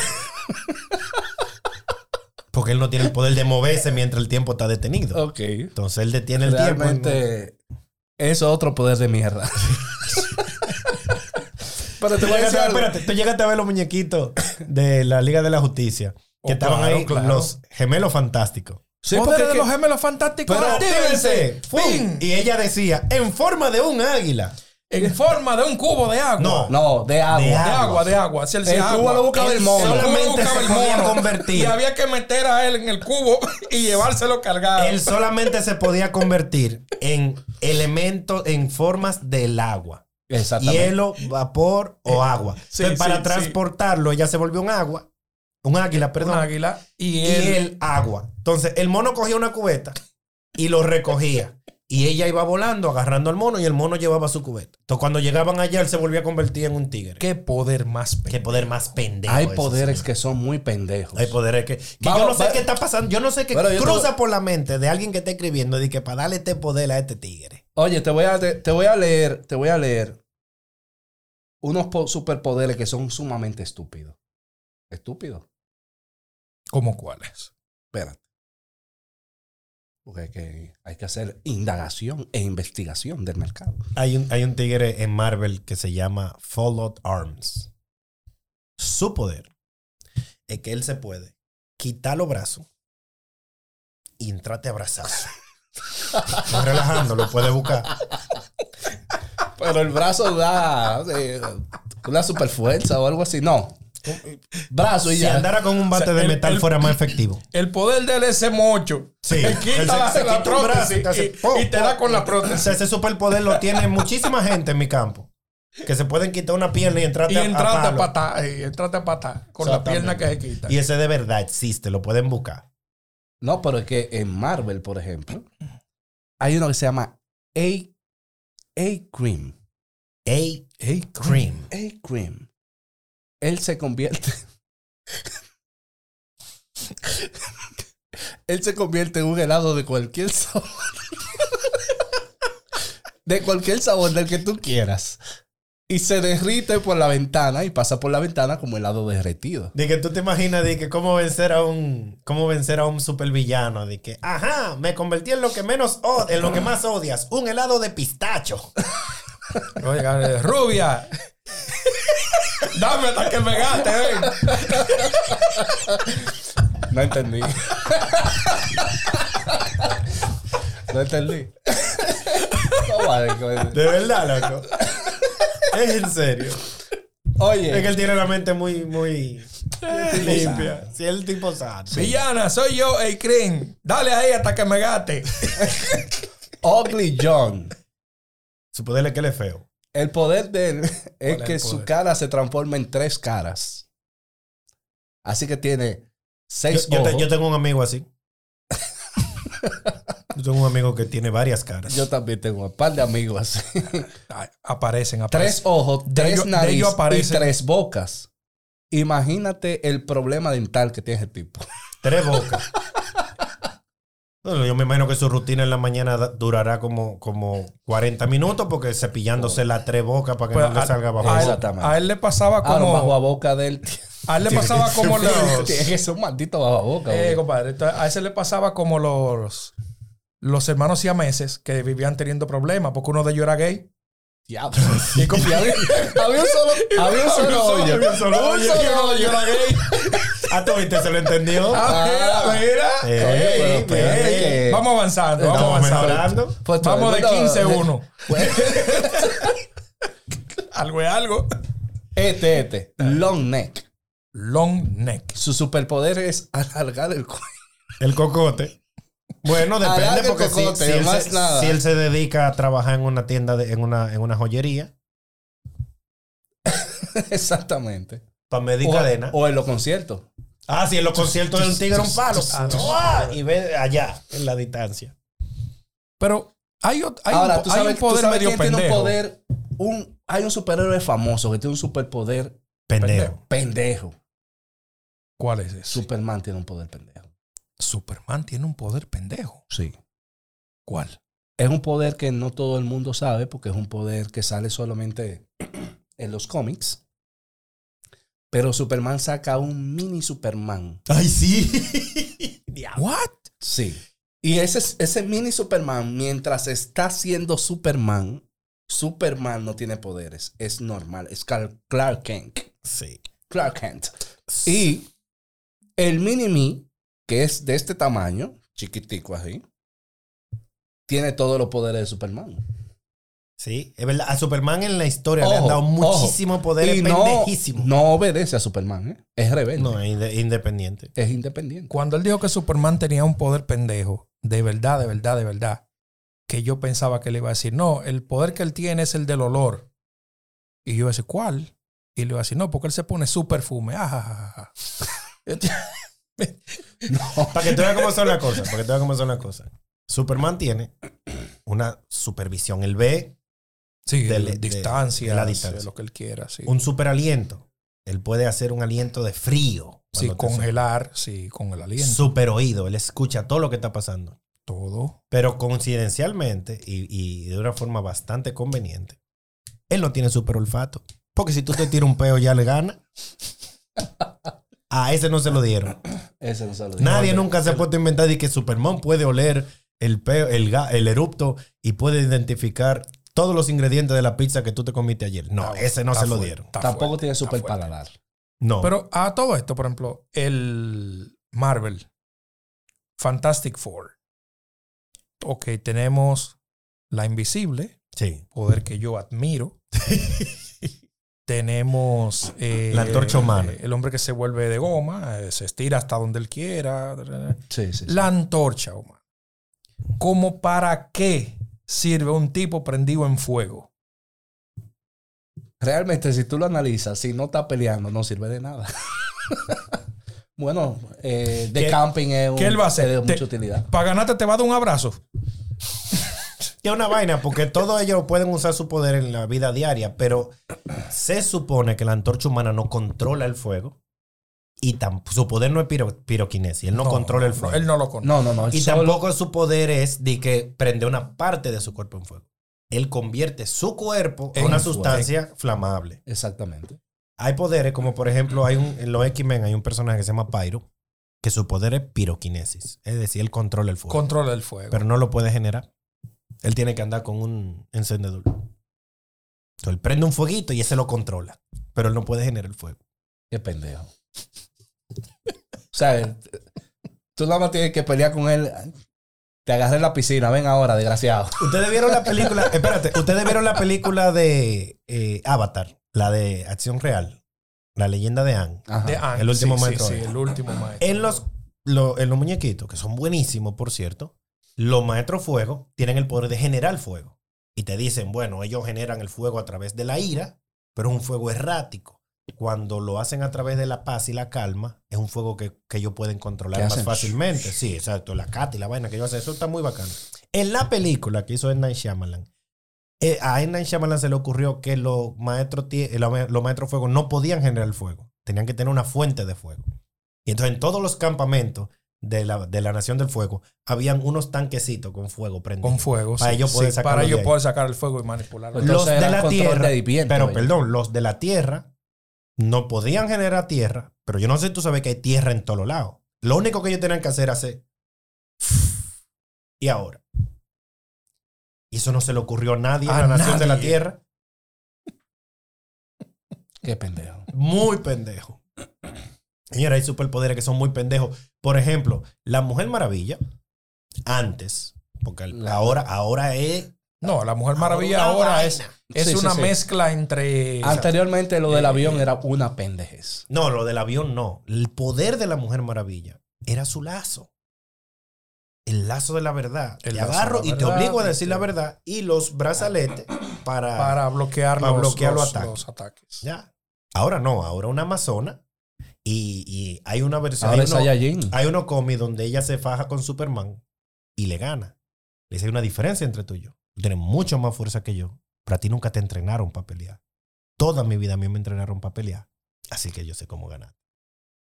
[SPEAKER 1] Porque él no tiene el poder de moverse mientras el tiempo está detenido.
[SPEAKER 3] Ok.
[SPEAKER 1] Entonces él detiene el tiempo.
[SPEAKER 3] Oh. Realmente es otro poder de mierda. Pero te
[SPEAKER 1] Tú
[SPEAKER 3] voy a
[SPEAKER 1] llegaste,
[SPEAKER 3] decir
[SPEAKER 1] a-
[SPEAKER 3] algo.
[SPEAKER 1] espérate, tú llegaste a ver los muñequitos de la Liga de la Justicia. Que
[SPEAKER 2] Oh,
[SPEAKER 1] estaban
[SPEAKER 2] claro,
[SPEAKER 1] ahí
[SPEAKER 2] claro.
[SPEAKER 1] los gemelos fantásticos.
[SPEAKER 3] Sí,
[SPEAKER 2] Poder
[SPEAKER 3] porque
[SPEAKER 2] de
[SPEAKER 3] es que-
[SPEAKER 2] los gemelos fantásticos.
[SPEAKER 1] Pero
[SPEAKER 2] ¡Actívense!
[SPEAKER 1] actívense. ¡Pum!
[SPEAKER 2] ¡Fin!
[SPEAKER 1] Y ella decía, en forma de un águila.
[SPEAKER 2] En forma de un cubo de agua.
[SPEAKER 1] No.
[SPEAKER 3] No, de agua.
[SPEAKER 1] De
[SPEAKER 2] De agua, de agua. Si él
[SPEAKER 3] El
[SPEAKER 2] sea
[SPEAKER 3] cubo
[SPEAKER 2] agua.
[SPEAKER 3] lo buscaba el mono.
[SPEAKER 2] El cubo
[SPEAKER 1] Solamente
[SPEAKER 2] buscaba
[SPEAKER 1] se
[SPEAKER 2] el mono.
[SPEAKER 1] podía convertir.
[SPEAKER 2] Y había que meter a él en el cubo y llevárselo cargado.
[SPEAKER 1] Él solamente se podía convertir en elementos, en formas del agua.
[SPEAKER 3] Exactamente.
[SPEAKER 1] Hielo, vapor o agua.
[SPEAKER 2] Eh, Sí,
[SPEAKER 1] Entonces, para
[SPEAKER 2] sí,
[SPEAKER 1] transportarlo, ella se volvió un agua. Un águila,
[SPEAKER 2] un
[SPEAKER 1] perdón.
[SPEAKER 2] águila. Y
[SPEAKER 1] y
[SPEAKER 2] él.
[SPEAKER 1] el agua. Entonces, el mono cogía una cubeta y lo recogía. Y ella iba volando, agarrando al mono, y el mono llevaba su cubeta. Entonces, cuando llegaban allá, él se volvía a convertir en un tigre. ¿Qué,
[SPEAKER 2] Qué poder más pe-
[SPEAKER 1] poder más pendejo?
[SPEAKER 3] Hay
[SPEAKER 1] ese,
[SPEAKER 3] poderes
[SPEAKER 1] señor.
[SPEAKER 3] que son muy pendejos.
[SPEAKER 1] Hay poderes que, que
[SPEAKER 3] Vamos,
[SPEAKER 1] yo no sé
[SPEAKER 3] va-
[SPEAKER 1] qué está pasando. Yo no sé qué
[SPEAKER 3] Bueno, yo te
[SPEAKER 1] cruza por la mente de alguien que está escribiendo de que para darle este poder a este tigre.
[SPEAKER 3] Oye, te voy a, te, te voy a leer, te voy a leer unos po- superpoderes que son sumamente estúpidos. Estúpidos.
[SPEAKER 2] ¿Cómo cuáles?
[SPEAKER 3] Espérate. Porque hay que, hay que hacer indagación e investigación del mercado.
[SPEAKER 1] Hay un, hay un tigre en Marvel que se llama Fallout Arms. Su poder es que él se puede quitar los brazos y entrarte a abrazazo. No relajando, lo puede buscar.
[SPEAKER 3] Pero el brazo da eh, una super fuerza o algo así. No. Brazo y
[SPEAKER 1] Si
[SPEAKER 3] ya.
[SPEAKER 1] andara con un bate
[SPEAKER 2] O sea,
[SPEAKER 1] de
[SPEAKER 2] él-
[SPEAKER 1] metal
[SPEAKER 2] él-
[SPEAKER 1] fuera más efectivo.
[SPEAKER 2] El poder del SM8.
[SPEAKER 1] Sí.
[SPEAKER 2] Él quita
[SPEAKER 1] Él se-
[SPEAKER 2] la,
[SPEAKER 1] se
[SPEAKER 2] la
[SPEAKER 1] quita un brazo y
[SPEAKER 2] prótesis
[SPEAKER 1] te hace
[SPEAKER 2] y-
[SPEAKER 1] po,
[SPEAKER 2] y, te
[SPEAKER 1] po,
[SPEAKER 2] da con la
[SPEAKER 1] O
[SPEAKER 2] prótesis.
[SPEAKER 1] sea, ese superpoder lo tiene muchísima gente en mi campo. Que se pueden quitar una pierna y entrarte,
[SPEAKER 2] Y
[SPEAKER 1] a- a,
[SPEAKER 2] entraste a
[SPEAKER 1] palo.
[SPEAKER 2] patar. Y entraste a patar. Con la pierna que se quita.
[SPEAKER 1] Y ese de verdad existe, lo pueden buscar.
[SPEAKER 3] No, pero es que en Marvel, por ejemplo, hay uno que se llama A- A-Cream.
[SPEAKER 1] A-Cream.
[SPEAKER 3] A-Cream. Él se convierte. Él se convierte en un helado de cualquier sabor. De cualquier sabor del que tú quieras. Y se derrite por la ventana y pasa por la ventana como helado derretido.
[SPEAKER 1] De que tú te imaginas de que cómo vencer a un cómo vencer a un supervillano, de que ajá, me convertí en lo que menos od- en lo que más odias, un helado de pistacho.
[SPEAKER 2] Oiga, eh, rubia. Dame hasta que me gaste, ven.
[SPEAKER 3] No entendí. No entendí. No vale, coño.
[SPEAKER 1] De verdad, loco. Es en serio. Es que
[SPEAKER 3] Oye,
[SPEAKER 1] él tiene la mente muy muy limpia. Si el tipo sano.
[SPEAKER 2] Villana, soy yo, el Cream. Dale ahí hasta que me gaste.
[SPEAKER 3] Ugly John.
[SPEAKER 1] Su poder es que él es feo.
[SPEAKER 3] El poder de él
[SPEAKER 2] es
[SPEAKER 3] es
[SPEAKER 2] el
[SPEAKER 3] que su
[SPEAKER 2] poder?
[SPEAKER 3] cara se transforma en tres caras. Así que tiene
[SPEAKER 1] Yo,
[SPEAKER 3] seis
[SPEAKER 1] yo te-
[SPEAKER 3] ojos.
[SPEAKER 1] yo tengo un amigo así. Yo tengo un amigo que tiene varias caras.
[SPEAKER 3] Yo también tengo un par de amigos así.
[SPEAKER 2] Ay, aparecen,
[SPEAKER 3] Tres
[SPEAKER 2] aparecen.
[SPEAKER 3] ojos,
[SPEAKER 2] De
[SPEAKER 3] tres
[SPEAKER 2] ellos- de
[SPEAKER 3] narices
[SPEAKER 2] ellos
[SPEAKER 3] y
[SPEAKER 2] aparecen-
[SPEAKER 3] tres bocas. Imagínate el problema dental que tiene ese tipo.
[SPEAKER 1] Tres bocas. Bueno, yo me imagino que su rutina en la mañana da- durará como, como 40 minutos porque cepillándose las tres bocas para que
[SPEAKER 2] Pues,
[SPEAKER 1] no
[SPEAKER 2] a-
[SPEAKER 1] le salga bajo.
[SPEAKER 2] a, él,
[SPEAKER 3] Exactamente.
[SPEAKER 2] a él le pasaba
[SPEAKER 3] Ah, no, bajo a
[SPEAKER 2] como.
[SPEAKER 3] boca de él.
[SPEAKER 2] A él le pasaba como los.
[SPEAKER 3] Tiene que ser un maldito bajo a boca.
[SPEAKER 2] Eh,
[SPEAKER 3] boludo.
[SPEAKER 2] compadre, entonces, a ese le pasaba como los. Los hermanos siameses que vivían teniendo problemas porque uno de ellos era gay.
[SPEAKER 3] Diablo. Y como- y había, había un solo, había un solo hoyo.
[SPEAKER 1] había un solo
[SPEAKER 3] Había un
[SPEAKER 1] hoyo.
[SPEAKER 3] solo hoyo.
[SPEAKER 1] Ah, tú viste, se lo entendió.
[SPEAKER 2] Ah,
[SPEAKER 3] Ah.
[SPEAKER 2] mira, mira.
[SPEAKER 1] Eh,
[SPEAKER 3] Oye,
[SPEAKER 1] Ey,
[SPEAKER 3] pero espérate
[SPEAKER 1] ey,
[SPEAKER 3] que-
[SPEAKER 2] Vamos avanzando, vamos
[SPEAKER 1] Estamos
[SPEAKER 2] avanzando.
[SPEAKER 1] mejorando.
[SPEAKER 3] Pues todo
[SPEAKER 2] Vamos
[SPEAKER 3] el
[SPEAKER 2] de
[SPEAKER 3] mundo-
[SPEAKER 2] 15-1.
[SPEAKER 3] Pues,
[SPEAKER 2] Algo es algo.
[SPEAKER 3] Este, este. Long neck.
[SPEAKER 2] Long neck.
[SPEAKER 3] Su superpoder es alargar el cuello.
[SPEAKER 1] El cocote. Bueno,
[SPEAKER 3] Alarga
[SPEAKER 1] depende
[SPEAKER 3] el
[SPEAKER 1] porque si-
[SPEAKER 3] cocote,
[SPEAKER 1] si, él
[SPEAKER 3] más
[SPEAKER 1] se,
[SPEAKER 3] nada.
[SPEAKER 1] si él se dedica a trabajar en una tienda, de- en, una, en una joyería,
[SPEAKER 3] Exactamente.
[SPEAKER 1] para medir
[SPEAKER 3] O,
[SPEAKER 1] cadena.
[SPEAKER 3] o en los conciertos.
[SPEAKER 1] Ah, si en los conciertos de un tigre un palo.
[SPEAKER 2] Ah, no.
[SPEAKER 1] ¡Uah! Y ve allá, en la distancia.
[SPEAKER 2] Pero hay, ot- hay
[SPEAKER 3] Ahora,
[SPEAKER 2] un,
[SPEAKER 3] tú
[SPEAKER 2] hay
[SPEAKER 3] sabes,
[SPEAKER 2] un
[SPEAKER 3] tú
[SPEAKER 2] poder
[SPEAKER 3] sabes
[SPEAKER 2] medio
[SPEAKER 3] quién tiene un
[SPEAKER 2] pendejo.
[SPEAKER 3] poder. Un, hay un superhéroe famoso que tiene un superpoder
[SPEAKER 1] Pendejo.
[SPEAKER 3] pendejo.
[SPEAKER 2] ¿Cuál es ese?
[SPEAKER 3] Superman tiene un poder pendejo.
[SPEAKER 2] Superman tiene un poder pendejo.
[SPEAKER 3] Sí.
[SPEAKER 2] ¿Cuál?
[SPEAKER 3] Es un poder que no todo el mundo sabe porque es un poder que sale solamente en los cómics. Pero Superman saca un mini Superman.
[SPEAKER 1] ¡Ay, sí! Diablo.
[SPEAKER 2] ¿What?
[SPEAKER 3] Sí. Y ese, ese mini Superman, mientras está siendo Superman, Superman no tiene poderes. Es normal. Es Cal- Clark Kent.
[SPEAKER 1] Sí.
[SPEAKER 3] Clark Kent. Y el mini me, que es de este tamaño, chiquitico así, tiene todos los poderes de Superman.
[SPEAKER 1] Sí, es verdad. A Superman en la historia le
[SPEAKER 3] Ojo,
[SPEAKER 1] han dado
[SPEAKER 3] ojo.
[SPEAKER 1] muchísimo poder. Es
[SPEAKER 3] y no,
[SPEAKER 1] pendejísimo. No,
[SPEAKER 3] no obedece a Superman, ¿eh? es rebelde,
[SPEAKER 1] es inde- independiente.
[SPEAKER 3] es independiente.
[SPEAKER 2] Cuando él dijo que Superman tenía un poder pendejo, de verdad, de verdad, de verdad, que yo pensaba que le iba a decir, no, el poder que él tiene es el del olor. Y yo iba a decir, ¿cuál? Y le iba a decir, no, porque él se pone ah, su perfume. Ajajaja.
[SPEAKER 3] No.
[SPEAKER 1] Para que te veas cómo son las cosas. Para que te veas cómo son las cosas. Superman tiene una supervisión. Él ve
[SPEAKER 2] Sí,
[SPEAKER 1] De-
[SPEAKER 2] de,
[SPEAKER 1] de-
[SPEAKER 2] distancia,
[SPEAKER 1] de la distancia.
[SPEAKER 2] de lo que él quiera, sí.
[SPEAKER 1] un superaliento. Él puede hacer un aliento de frío.
[SPEAKER 2] Sí,
[SPEAKER 1] cuando te
[SPEAKER 2] congelar, sí, con el aliento,
[SPEAKER 1] super oído, él escucha todo lo que está pasando.
[SPEAKER 2] todo.
[SPEAKER 1] Pero coincidencialmente y, y de una forma bastante conveniente, él no tiene super olfato. Porque si tú te tiras un peo ya le gana. A ese no se lo dieron.
[SPEAKER 3] Ese no se lo digo.
[SPEAKER 1] Nadie nunca se ha puesto a inventar de que Superman puede oler el peo, el, ga- el erupto y puede identificar todos los ingredientes de la pizza que tú te comiste ayer. No,
[SPEAKER 2] Está-
[SPEAKER 1] ese no
[SPEAKER 2] está
[SPEAKER 1] se lo
[SPEAKER 2] fuerte,
[SPEAKER 1] dieron.
[SPEAKER 2] está
[SPEAKER 3] Tampoco
[SPEAKER 2] fuerte,
[SPEAKER 3] tiene
[SPEAKER 2] está
[SPEAKER 3] super
[SPEAKER 2] fuerte.
[SPEAKER 3] paladar.
[SPEAKER 1] No.
[SPEAKER 2] Pero a todo esto, por ejemplo, el Marvel, Fantastic Four. Ok, tenemos la invisible,
[SPEAKER 1] sí.
[SPEAKER 2] poder que yo admiro. tenemos... eh,
[SPEAKER 1] La antorcha humana.
[SPEAKER 2] El hombre que se vuelve de goma, eh, se estira hasta donde él quiera.
[SPEAKER 3] Sí, sí, sí.
[SPEAKER 2] La antorcha humana. ¿Cómo para qué sirve un tipo prendido en fuego?
[SPEAKER 3] Realmente, si tú lo analizas, si no está peleando, no sirve de nada. bueno, eh, de
[SPEAKER 2] ¿Qué-
[SPEAKER 3] camping es un-
[SPEAKER 2] qué él va a hacer?
[SPEAKER 3] es de
[SPEAKER 2] Te-
[SPEAKER 3] mucha utilidad.
[SPEAKER 2] Para ganarte te va a dar un abrazo.
[SPEAKER 1] Que es una vaina, porque todos ellos pueden usar su poder en la vida diaria, pero se supone que la antorcha humana no controla el fuego y tam- su poder no es piro- piroquinesis, él no, controla el fuego.
[SPEAKER 2] Él no lo controla.
[SPEAKER 3] No, no, no.
[SPEAKER 1] y
[SPEAKER 3] solo-
[SPEAKER 1] tampoco su poder es de que prende una parte de su cuerpo en fuego. Él convierte su cuerpo en
[SPEAKER 2] En
[SPEAKER 1] una
[SPEAKER 2] fuego.
[SPEAKER 1] sustancia flamable.
[SPEAKER 3] Exactamente.
[SPEAKER 1] Hay poderes como, por ejemplo, hay un, en los X-Men hay un personaje que se llama Pyro, que su poder es piroquinesis, es decir, él controla el fuego,
[SPEAKER 2] Controla el fuego.
[SPEAKER 1] pero no lo puede generar. Él tiene que andar con un encendedor. Entonces, él prende un fueguito y ese lo controla, pero él no puede generar el fuego.
[SPEAKER 3] Qué pendejo. O sea, eh, tú nada más tienes que pelear con él. Te agarré en la piscina, ven ahora, desgraciado.
[SPEAKER 1] Ustedes vieron la película, espérate, ustedes vieron la película de eh, Avatar, la de acción real, la leyenda de Anne.
[SPEAKER 3] Ajá.
[SPEAKER 2] De ah, Ang,
[SPEAKER 1] El último
[SPEAKER 2] sí, sí,
[SPEAKER 1] maestro.
[SPEAKER 2] Sí, el último maestro.
[SPEAKER 1] En los, lo- en los muñequitos, que son buenísimos, por cierto, los maestros fuego tienen el poder de generar fuego. Y te dicen, bueno, ellos generan el fuego a través de la ira, pero es un fuego errático. Cuando lo hacen a través de la paz y la calma, es un fuego que, que ellos pueden controlar
[SPEAKER 3] Que
[SPEAKER 1] más
[SPEAKER 3] hacen.
[SPEAKER 1] fácilmente. Sí, exacto. La cata y la vaina que ellos hacen, eso está muy bacano. En la película que hizo M. Night Shyamalan, eh, a M. Night Shyamalan se le ocurrió que los maestros, tie- eh, los los maestros fuego no podían generar el fuego. Tenían que tener una fuente de fuego. Y entonces en todos los campamentos de la, de la Nación del Fuego habían unos tanquecitos con fuego prendido.
[SPEAKER 2] Con fuego.
[SPEAKER 1] Para
[SPEAKER 2] sí,
[SPEAKER 1] ellos
[SPEAKER 2] sí,
[SPEAKER 1] poder sacarlo
[SPEAKER 2] para
[SPEAKER 1] de
[SPEAKER 2] ellos
[SPEAKER 1] ahí.
[SPEAKER 2] poder sacar el fuego y manipularlo.
[SPEAKER 1] Los de
[SPEAKER 3] era
[SPEAKER 1] la
[SPEAKER 3] control
[SPEAKER 1] tierra,
[SPEAKER 3] de viento,
[SPEAKER 1] Pero
[SPEAKER 3] ellos.
[SPEAKER 1] perdón, los de la tierra no podían generar tierra, pero yo no sé si tú sabes que hay tierra en todos lados. Lo único que ellos tenían que hacer era hacer. Y ahora. Y eso no se le ocurrió a nadie
[SPEAKER 2] A
[SPEAKER 1] en la Nación de la
[SPEAKER 2] nadie.
[SPEAKER 1] Tierra.
[SPEAKER 3] Qué pendejo.
[SPEAKER 1] Muy pendejo. Señora, hay superpoderes que son muy pendejos. Por ejemplo, la Mujer Maravilla, antes, porque el-
[SPEAKER 3] La-
[SPEAKER 1] ahora, ahora es.
[SPEAKER 2] No, la Mujer Maravilla
[SPEAKER 1] una
[SPEAKER 2] ahora
[SPEAKER 1] vaina.
[SPEAKER 2] es, es
[SPEAKER 3] Ah, Sí, sí,
[SPEAKER 2] una
[SPEAKER 3] sí.
[SPEAKER 2] mezcla entre.
[SPEAKER 3] Anteriormente lo del avión era una pendejez.
[SPEAKER 1] No, lo del avión no. El poder de la Mujer Maravilla era su lazo. El lazo de la verdad. te
[SPEAKER 2] El lazo de
[SPEAKER 1] agarro
[SPEAKER 2] la
[SPEAKER 1] y te
[SPEAKER 2] verdad,
[SPEAKER 1] obligo a
[SPEAKER 2] y
[SPEAKER 1] decir
[SPEAKER 2] te-
[SPEAKER 1] la verdad. Y los brazaletes para.
[SPEAKER 2] Para bloquear,
[SPEAKER 1] Para
[SPEAKER 2] los,
[SPEAKER 1] bloquear los
[SPEAKER 2] los,
[SPEAKER 1] ataques.
[SPEAKER 2] los ataques.
[SPEAKER 1] Ya. Ahora no, ahora una amazona. Y, y hay una versión.
[SPEAKER 3] Ahora
[SPEAKER 1] hay
[SPEAKER 3] es
[SPEAKER 1] uno-
[SPEAKER 3] Saiyajin.
[SPEAKER 1] Hay uno cómic donde ella se faja con Superman y le gana. Le dice, hay una diferencia entre tú y yo. Tú tienes mucho más fuerza que yo, pero a ti nunca te entrenaron para pelear. Toda mi vida a mí me entrenaron para pelear. Así que yo sé cómo ganar.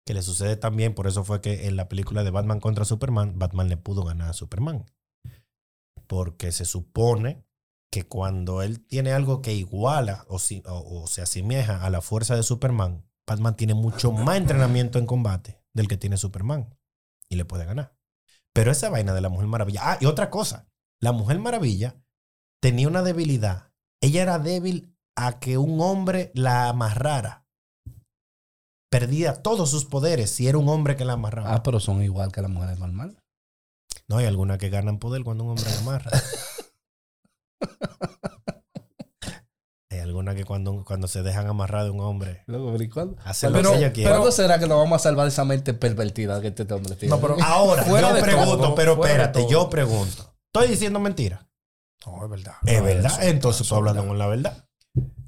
[SPEAKER 1] Que le sucede también, por eso fue que en la película de Batman contra Superman, Batman le pudo ganar a Superman. Porque se supone que cuando él tiene algo que iguala o, si- o- o se asemeja a la fuerza de Superman, Batman tiene mucho más entrenamiento en combate del que tiene Superman. Y le puede ganar. Pero esa vaina de la Mujer Maravilla. Ah, y otra cosa. La Mujer Maravilla tenía una debilidad. Ella era débil a que un hombre la amarrara. Perdía todos sus poderes si era un hombre que la amarraba.
[SPEAKER 3] Ah, pero son igual que las mujeres normales.
[SPEAKER 1] No hay algunas que ganan poder cuando un hombre la amarra. hay algunas que cuando, cuando se dejan amarrar de un hombre
[SPEAKER 3] Luego, pero ¿y cuándo?
[SPEAKER 1] hacen lo
[SPEAKER 2] Pero-
[SPEAKER 1] que ella quiere.
[SPEAKER 2] pero-
[SPEAKER 3] ¿Cuándo será que nos vamos a salvar de esa mente pervertida que este hombre tiene?
[SPEAKER 2] No, pero-
[SPEAKER 1] Ahora,
[SPEAKER 2] Fuera
[SPEAKER 1] yo
[SPEAKER 2] de
[SPEAKER 1] pregunto,
[SPEAKER 2] todo,
[SPEAKER 1] pero
[SPEAKER 2] fuera de
[SPEAKER 1] espérate,
[SPEAKER 2] todo.
[SPEAKER 1] yo pregunto. Estoy diciendo mentira.
[SPEAKER 2] No, es verdad.
[SPEAKER 1] Es
[SPEAKER 2] No,
[SPEAKER 1] verdad.
[SPEAKER 2] eso-
[SPEAKER 1] Entonces
[SPEAKER 2] eso
[SPEAKER 1] estoy
[SPEAKER 2] es
[SPEAKER 1] hablando
[SPEAKER 2] verdad.
[SPEAKER 1] con la verdad.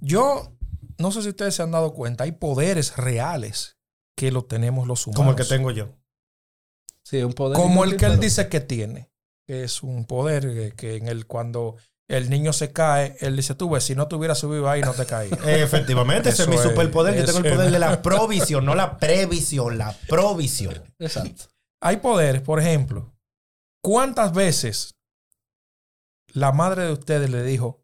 [SPEAKER 2] Yo no sé si ustedes se han dado cuenta, hay poderes reales que lo tenemos los humanos.
[SPEAKER 1] Como el que tengo yo.
[SPEAKER 3] Sí, un poder
[SPEAKER 2] Como el
[SPEAKER 3] inútil,
[SPEAKER 2] que él
[SPEAKER 3] pero-
[SPEAKER 2] dice que tiene, que es un poder que, que en el cuando el niño se cae, él dice, tú ves, si no te hubiera subido ahí, no te caías.
[SPEAKER 1] Efectivamente, ese es
[SPEAKER 2] Eso
[SPEAKER 1] mi
[SPEAKER 2] es-
[SPEAKER 1] superpoder. Yo tengo el
[SPEAKER 2] eso es.
[SPEAKER 1] poder de la provisión, no la previsión, la provisión.
[SPEAKER 3] Exacto.
[SPEAKER 2] hay poderes, por ejemplo, ¿cuántas veces la madre de ustedes le dijo,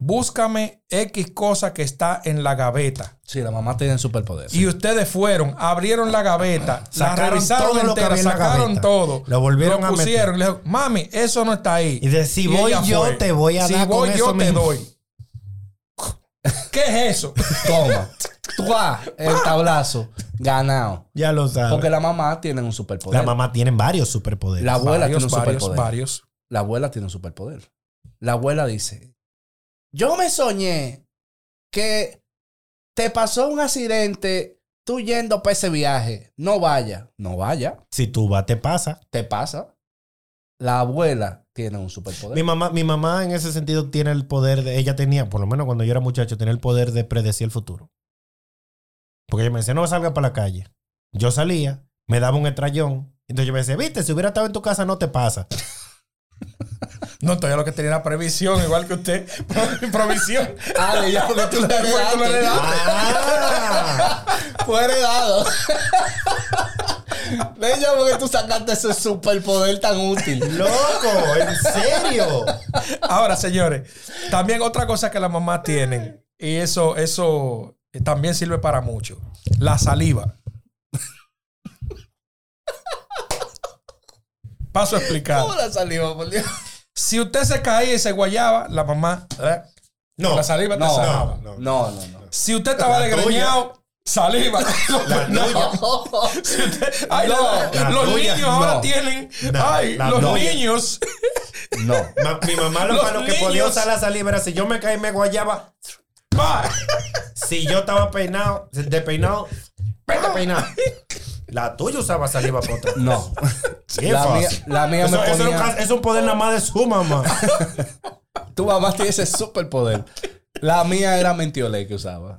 [SPEAKER 2] búscame X cosa que está en la gaveta?
[SPEAKER 3] Sí, la mamá tiene superpoder.
[SPEAKER 2] Y ustedes fueron, abrieron la gaveta, la
[SPEAKER 1] Sacaron todo
[SPEAKER 2] revisaron
[SPEAKER 1] lo que
[SPEAKER 2] entera,
[SPEAKER 1] había en la
[SPEAKER 2] sacaron
[SPEAKER 1] gaveta.
[SPEAKER 2] todo.
[SPEAKER 1] Lo volvieron
[SPEAKER 2] lo
[SPEAKER 1] a meter.
[SPEAKER 2] pusieron, y le dijo, mami, eso no está ahí.
[SPEAKER 1] Y de si
[SPEAKER 2] Y
[SPEAKER 1] voy
[SPEAKER 2] ella
[SPEAKER 1] yo,
[SPEAKER 2] fue.
[SPEAKER 1] te voy a
[SPEAKER 2] si
[SPEAKER 1] dar
[SPEAKER 2] voy
[SPEAKER 1] con
[SPEAKER 2] yo
[SPEAKER 1] eso
[SPEAKER 2] te
[SPEAKER 1] mismo.
[SPEAKER 2] doy. ¿Qué es eso?
[SPEAKER 3] Toma. Tuá, el tablazo. Ganado.
[SPEAKER 1] Ya lo sabes.
[SPEAKER 3] Porque la mamá tiene un superpoder.
[SPEAKER 1] la
[SPEAKER 3] La,
[SPEAKER 1] mamá tiene varios superpoderes.
[SPEAKER 3] abuela tiene
[SPEAKER 2] varios,
[SPEAKER 3] un
[SPEAKER 2] varios,
[SPEAKER 3] superpoder.
[SPEAKER 2] varios.
[SPEAKER 3] La abuela tiene un superpoder. La abuela dice: Yo me soñé que te pasó un accidente tú yendo para ese viaje. No vaya. No vaya.
[SPEAKER 1] si tú vas, te pasa.
[SPEAKER 3] Te pasa. La abuela tiene un superpoder.
[SPEAKER 1] Mi mamá, mi mamá en ese sentido tiene el poder de. Ella tenía, por lo menos cuando yo era muchacho, tenía el poder de predecir el futuro. Porque ella me decía, no salga para la calle. Yo salía, me daba un estrellón. Entonces yo me decía, viste, si hubiera estado en tu casa, no te pasa.
[SPEAKER 2] No, todavía lo que tenía era previsión, igual que usted. Provisión.
[SPEAKER 3] Ah, le ya porque tú
[SPEAKER 2] Tú
[SPEAKER 3] le
[SPEAKER 2] le
[SPEAKER 3] heredaste.
[SPEAKER 2] heredaste.
[SPEAKER 1] ¡Ah!
[SPEAKER 3] Fue heredado. Le ya porque tú sacaste ese superpoder tan útil.
[SPEAKER 1] ¡Loco! ¡En serio!
[SPEAKER 2] Ahora, señores, también otra cosa que las mamás tienen, y eso, eso eh, también sirve para mucho, la saliva. Paso a explicar.
[SPEAKER 3] ¿Cómo la saliva, por Dios?
[SPEAKER 2] Si usted se caía y se guayaba, la mamá, eh,
[SPEAKER 1] No.
[SPEAKER 2] la saliva te
[SPEAKER 3] no,
[SPEAKER 2] salaba.
[SPEAKER 1] no.
[SPEAKER 3] No, no, no.
[SPEAKER 2] Si usted estaba
[SPEAKER 1] La
[SPEAKER 2] desgreñado, saliva.
[SPEAKER 1] La
[SPEAKER 2] No.
[SPEAKER 1] tuya.
[SPEAKER 2] Ay,
[SPEAKER 3] No.
[SPEAKER 2] la-
[SPEAKER 1] La
[SPEAKER 2] los
[SPEAKER 1] tuya,
[SPEAKER 2] niños ahora
[SPEAKER 3] no.
[SPEAKER 2] tienen.
[SPEAKER 1] No,
[SPEAKER 2] ay,
[SPEAKER 1] la
[SPEAKER 2] los
[SPEAKER 1] tuya.
[SPEAKER 2] niños.
[SPEAKER 3] No.
[SPEAKER 1] Ma- mi mamá lo,
[SPEAKER 2] Los
[SPEAKER 1] para lo que podía
[SPEAKER 2] niños.
[SPEAKER 1] usar la saliva era si yo me caí me guayaba.
[SPEAKER 2] pa.
[SPEAKER 1] Si yo estaba peinado, de peinado, vete peinado. La tuya usaba saliva para otra.
[SPEAKER 3] No.
[SPEAKER 1] Qué
[SPEAKER 3] la, mía,
[SPEAKER 1] fácil.
[SPEAKER 3] la mía
[SPEAKER 1] Eso,
[SPEAKER 3] me
[SPEAKER 1] eso es un
[SPEAKER 3] ponía.
[SPEAKER 1] ca- es un poder nada más de su mamá.
[SPEAKER 3] Tu mamá tiene ese superpoder. La mía era mentiole que usaba.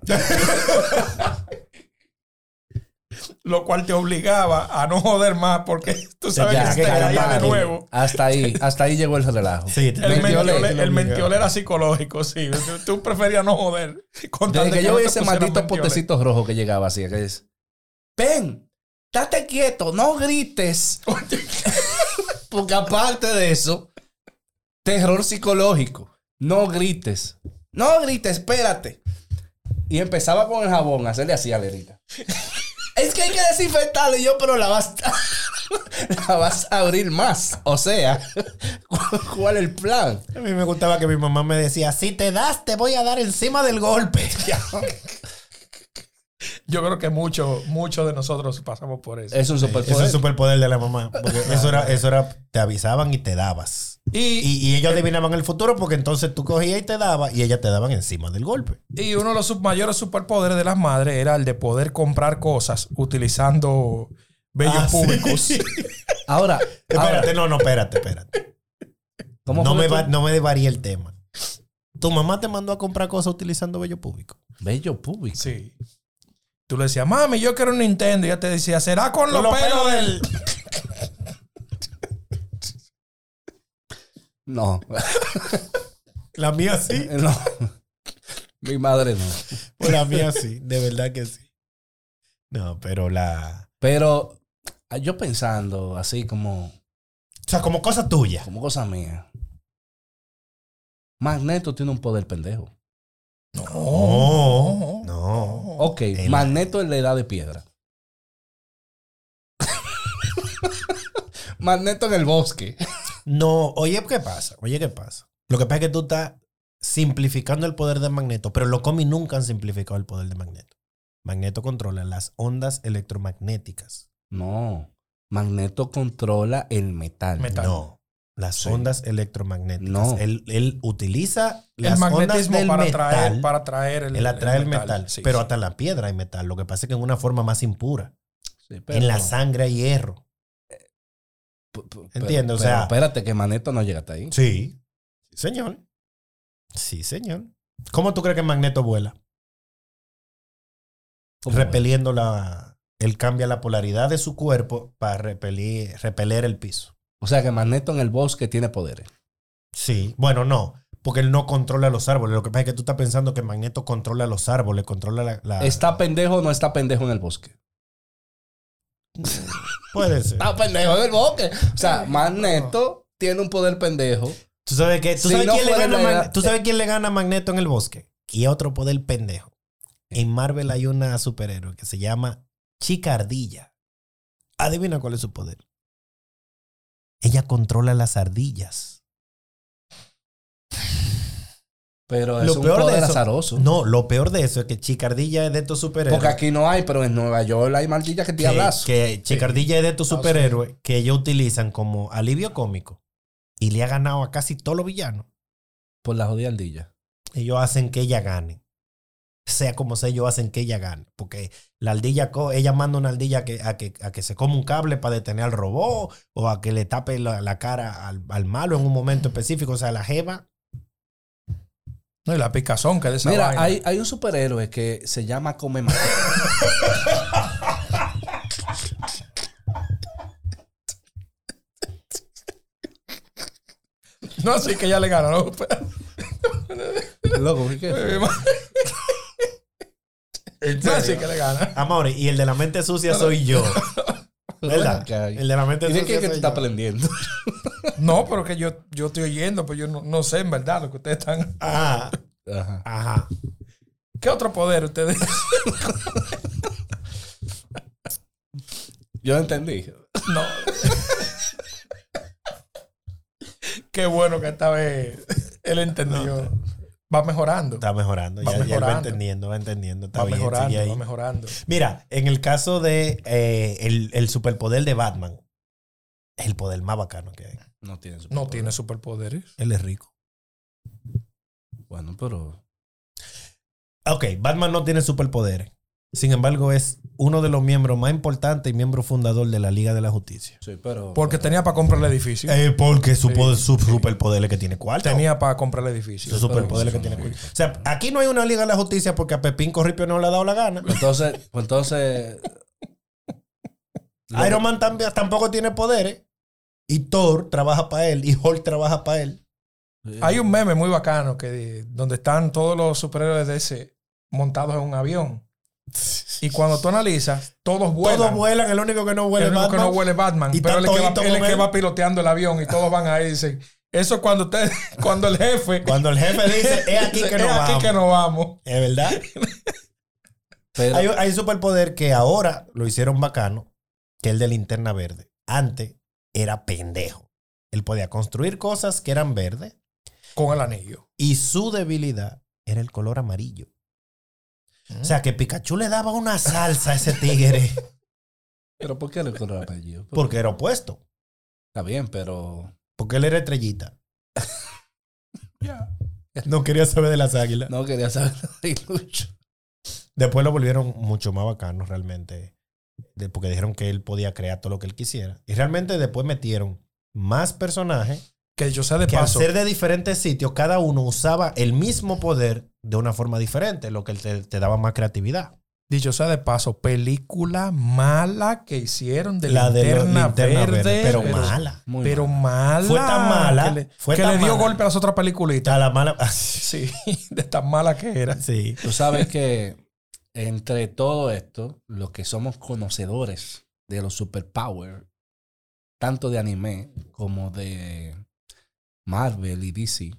[SPEAKER 2] lo cual te obligaba a no joder más porque tú sabes
[SPEAKER 1] Ya,
[SPEAKER 2] que se te
[SPEAKER 1] que
[SPEAKER 2] caía
[SPEAKER 1] calmar.
[SPEAKER 2] de nuevo.
[SPEAKER 3] Hasta ahí, hasta ahí llegó el relajo.
[SPEAKER 1] Sí, te-
[SPEAKER 2] El
[SPEAKER 3] Mentiole,
[SPEAKER 2] mentiole, el
[SPEAKER 1] lo
[SPEAKER 2] mentiole era psicológico, sí. Tú, tú preferías no joder. Con tal
[SPEAKER 3] Desde
[SPEAKER 2] de
[SPEAKER 3] que yo
[SPEAKER 2] no
[SPEAKER 3] vi
[SPEAKER 2] te
[SPEAKER 3] ese
[SPEAKER 2] pusieran
[SPEAKER 3] maldito
[SPEAKER 2] mentiole.
[SPEAKER 3] potecito rojo que llegaba así, que es. Ven, date quieto, no grites. Porque aparte de eso, terror psicológico. No grites. No grites, espérate. Y empezaba con el jabón, a hacerle así a Lerita. es que hay que desinfectarle yo, pero la vas, la vas a abrir más. O sea, ¿cuál es el plan?
[SPEAKER 1] A mí me gustaba que mi mamá me decía, si te das, te voy a dar encima del golpe.
[SPEAKER 2] Yo creo que muchos muchos de nosotros pasamos por eso.
[SPEAKER 3] Es un superpoder.
[SPEAKER 1] Eso es el superpoder de la mamá. Porque eso era, eso era, te avisaban y te dabas.
[SPEAKER 2] y,
[SPEAKER 1] Y, y ellos adivinaban el futuro porque entonces tú cogías y te dabas y ellas te daban encima del golpe.
[SPEAKER 2] y uno de los sub- mayores superpoderes de las madres era el de poder comprar cosas utilizando bellos
[SPEAKER 1] Ah, sí.
[SPEAKER 2] públicos.
[SPEAKER 3] Ahora, ahora,
[SPEAKER 1] Espérate, no, no, espérate, espérate.
[SPEAKER 3] ¿cómo
[SPEAKER 1] No
[SPEAKER 3] fue
[SPEAKER 1] me,
[SPEAKER 3] que tú-
[SPEAKER 1] va- no me varíe el tema. Tu mamá te mandó a comprar cosas utilizando bello público.
[SPEAKER 3] Bello público.
[SPEAKER 2] Sí. Tú le decías, mami, yo quiero un Nintendo. Y ella te decía, será con los, pelos, del...
[SPEAKER 3] No,
[SPEAKER 1] La mía sí.
[SPEAKER 3] no. Mi madre no.
[SPEAKER 1] La mía sí, de verdad que sí. No, pero la.
[SPEAKER 3] Pero ah, yo pensando así como,
[SPEAKER 1] O sea, como cosa tuya.
[SPEAKER 3] como cosa mía. Magneto tiene un poder pendejo.
[SPEAKER 2] No,
[SPEAKER 1] No, no.
[SPEAKER 2] Oh.
[SPEAKER 3] Ok,
[SPEAKER 1] El-
[SPEAKER 3] Magneto en la edad de piedra. Magneto en el bosque.
[SPEAKER 1] No, oye, ¿qué pasa? Oye, ¿qué pasa? Lo que pasa es que tú estás simplificando el poder de Magneto, pero los cómics nunca han simplificado el poder de Magneto. Magneto controla las ondas electromagnéticas.
[SPEAKER 3] No, Magneto controla el metal.
[SPEAKER 2] Metal.
[SPEAKER 1] No, las
[SPEAKER 3] Sí.
[SPEAKER 1] ondas electromagnéticas.
[SPEAKER 3] No.
[SPEAKER 1] Él, él utiliza
[SPEAKER 2] El
[SPEAKER 1] las ondas
[SPEAKER 2] magnetismo
[SPEAKER 1] del
[SPEAKER 2] para,
[SPEAKER 1] metal.
[SPEAKER 2] atraer, para atraer el,
[SPEAKER 1] él atrae el metal,
[SPEAKER 2] sí,
[SPEAKER 1] pero
[SPEAKER 2] sí.
[SPEAKER 1] hasta en la piedra hay metal. Lo que pasa es que en una forma más impura.
[SPEAKER 3] Sí, pero-
[SPEAKER 1] en la sangre hay hierro.
[SPEAKER 3] P- p-
[SPEAKER 1] Entiendo,
[SPEAKER 3] pero-
[SPEAKER 1] o sea-
[SPEAKER 3] pero espérate que Magneto no llega hasta ahí.
[SPEAKER 1] Sí. Sí, señor. Sí, señor. ¿Cómo tú crees que Magneto vuela?
[SPEAKER 3] ¿Cómo
[SPEAKER 1] repeliendo la. Él cambia la polaridad de su cuerpo para repelir, repeler el piso.
[SPEAKER 3] es? O sea que Magneto en el bosque tiene poderes.
[SPEAKER 1] Sí. Bueno, no. Porque él no controla los árboles. Lo que pasa es que tú estás pensando que Magneto controla los árboles, controla la. la-
[SPEAKER 3] ¿Está pendejo o no está pendejo en el bosque?
[SPEAKER 1] Puede ser.
[SPEAKER 3] Está pendejo en el bosque. O sea, Magneto tiene un poder pendejo.
[SPEAKER 1] ¿Tú sabes, qué? ¿Tú
[SPEAKER 3] Si
[SPEAKER 1] sabes
[SPEAKER 3] no
[SPEAKER 1] quién le
[SPEAKER 3] fuera
[SPEAKER 1] gana a
[SPEAKER 3] la- eh.
[SPEAKER 1] Magne- tú sabes quién le gana a Magneto en el bosque? Y otro poder pendejo.
[SPEAKER 3] Eh.
[SPEAKER 1] En Marvel hay una superhéroe que se llama Chica Ardilla. Adivina cuál es su poder. Ella controla las ardillas.
[SPEAKER 3] Pero es
[SPEAKER 1] Lo
[SPEAKER 3] un
[SPEAKER 1] peor de
[SPEAKER 3] poder
[SPEAKER 1] eso-
[SPEAKER 3] azaroso.
[SPEAKER 1] No, lo peor de eso es que Chicardilla es de estos superhéroes.
[SPEAKER 3] Porque aquí no hay, pero en Nueva York hay maldillas que te
[SPEAKER 1] que,
[SPEAKER 3] hablas.
[SPEAKER 1] que Chicardilla es de estos
[SPEAKER 2] Ah, sí.
[SPEAKER 1] superhéroes que ellos utilizan como alivio cómico. Y le ha ganado a casi todos los villanos.
[SPEAKER 3] Por la jodida ardilla.
[SPEAKER 1] Ellos hacen que ella gane. Sea como sea, ellos hacen que ella gane. Porque la ardilla, co- ella manda una ardilla a que, a que, a que se coma un cable para detener al robot o a que le tape la, la cara al, al malo en un momento específico. O sea, la jeva.
[SPEAKER 2] No, y la picazón que es de esa
[SPEAKER 3] Mira,
[SPEAKER 2] vaina.
[SPEAKER 3] hay, hay un superhéroe que se llama Come Mate.
[SPEAKER 2] No, así que ya le ganó. ¿no?
[SPEAKER 3] Loco, ¿qué qué?
[SPEAKER 2] No, así que le gana.
[SPEAKER 1] Amores, y el de la mente sucia soy yo. ¿Verdad?
[SPEAKER 3] Ay.
[SPEAKER 1] El de la mente
[SPEAKER 3] ¿Y de
[SPEAKER 1] sucia.
[SPEAKER 3] qué es que tú
[SPEAKER 1] soy
[SPEAKER 3] estás
[SPEAKER 1] yo.
[SPEAKER 3] aprendiendo?
[SPEAKER 2] No, pero que yo, yo estoy oyendo, pero yo no, no sé en verdad lo que ustedes están.
[SPEAKER 1] Ajá,
[SPEAKER 3] Ajá.
[SPEAKER 1] ajá.
[SPEAKER 2] ¿Qué otro poder ustedes?
[SPEAKER 3] Yo entendí.
[SPEAKER 2] No. Qué bueno que esta vez él entendió. Va mejorando.
[SPEAKER 1] Está mejorando,
[SPEAKER 2] Va
[SPEAKER 1] ya, ya él va
[SPEAKER 2] mejorando.
[SPEAKER 1] entendiendo, va entendiendo. Está
[SPEAKER 2] Va
[SPEAKER 1] bien, sigue
[SPEAKER 2] mejorando,
[SPEAKER 1] ahí.
[SPEAKER 2] va mejorando.
[SPEAKER 1] Mira, en el caso de eh, el, el superpoder de Batman, es el poder más bacano que hay.
[SPEAKER 3] No tiene superpoder.
[SPEAKER 2] No tiene superpoderes.
[SPEAKER 1] Él es rico.
[SPEAKER 3] Bueno, pero.
[SPEAKER 1] Ok, Batman no tiene superpoderes. Sin embargo, es uno de los miembros más importantes y miembro fundador de la Liga de la Justicia.
[SPEAKER 3] Sí, pero.
[SPEAKER 2] Porque tenía para comprar el edificio.
[SPEAKER 1] Eh, porque su,
[SPEAKER 2] Sí,
[SPEAKER 1] poder- su superpoder es que tiene cuarto.
[SPEAKER 2] Tenía para comprar el edificio.
[SPEAKER 1] su superpoder es que tiene cuarto. O sea, aquí no hay una Liga de la Justicia porque a Pepín Corripio no le ha dado la gana.
[SPEAKER 3] Entonces, pues entonces.
[SPEAKER 1] Iron Man también, tampoco tiene poderes. Y Thor trabaja para él. Y Hulk trabaja para él.
[SPEAKER 2] Hay un meme muy bacano que di- donde están todos los superhéroes de ese montados en un avión. Y cuando tú analizas, todos vuelan.
[SPEAKER 1] Todos vuelan, el único que no
[SPEAKER 2] El
[SPEAKER 1] huele es
[SPEAKER 2] único que
[SPEAKER 1] Batman.
[SPEAKER 2] no huele es Batman,
[SPEAKER 1] Y
[SPEAKER 2] pero él es que,
[SPEAKER 1] tanto
[SPEAKER 2] va, él es
[SPEAKER 1] hito
[SPEAKER 2] que
[SPEAKER 1] con
[SPEAKER 2] va piloteando el avión y todos van ahí y dicen, eso es cuando usted, cuando el jefe
[SPEAKER 1] Cuando el jefe dice, es aquí que no
[SPEAKER 2] "Es aquí
[SPEAKER 1] vamos.
[SPEAKER 2] que no vamos".
[SPEAKER 1] Es verdad.
[SPEAKER 3] Pero,
[SPEAKER 1] Hay, hay un superpoder que ahora lo hicieron bacano, que es el de linterna verde. Antes era pendejo. Él podía construir cosas que eran verdes
[SPEAKER 2] con el anillo.
[SPEAKER 1] y su debilidad era el color amarillo.
[SPEAKER 2] Mm.
[SPEAKER 1] O sea que Pikachu le daba una salsa a ese tigre
[SPEAKER 3] pero ¿por qué le color apellido?
[SPEAKER 1] porque era opuesto.
[SPEAKER 3] Está bien, pero.
[SPEAKER 1] Porque él era estrellita.
[SPEAKER 2] Ya.
[SPEAKER 1] No quería saber de las águilas.
[SPEAKER 3] No quería saber de Lucho.
[SPEAKER 1] Después lo volvieron mucho más bacano realmente, de- porque dijeron que él podía crear todo lo que él quisiera. Y realmente después metieron más personajes
[SPEAKER 2] Que yo sé de
[SPEAKER 1] que
[SPEAKER 2] paso.
[SPEAKER 1] al ser de diferentes sitios, cada uno usaba el mismo poder de una forma diferente, lo que te, te daba más creatividad.
[SPEAKER 2] Dicho sea de paso, película mala que hicieron de
[SPEAKER 1] la
[SPEAKER 2] la
[SPEAKER 1] de la
[SPEAKER 2] linterna, verde,
[SPEAKER 1] pero, mala.
[SPEAKER 3] Muy
[SPEAKER 2] Pero
[SPEAKER 3] mal.
[SPEAKER 2] mala.
[SPEAKER 1] Fue tan mala,
[SPEAKER 2] Que le,
[SPEAKER 1] fue
[SPEAKER 2] que
[SPEAKER 1] tan
[SPEAKER 2] le dio
[SPEAKER 1] mala.
[SPEAKER 2] golpe a las otras
[SPEAKER 1] A
[SPEAKER 2] peliculitas.
[SPEAKER 1] la mala.
[SPEAKER 2] Sí, de tan mala que era.
[SPEAKER 1] Sí.
[SPEAKER 3] Tú sabes que entre todo esto, los que somos conocedores de los superpower, tanto de anime como de Marvel y DC,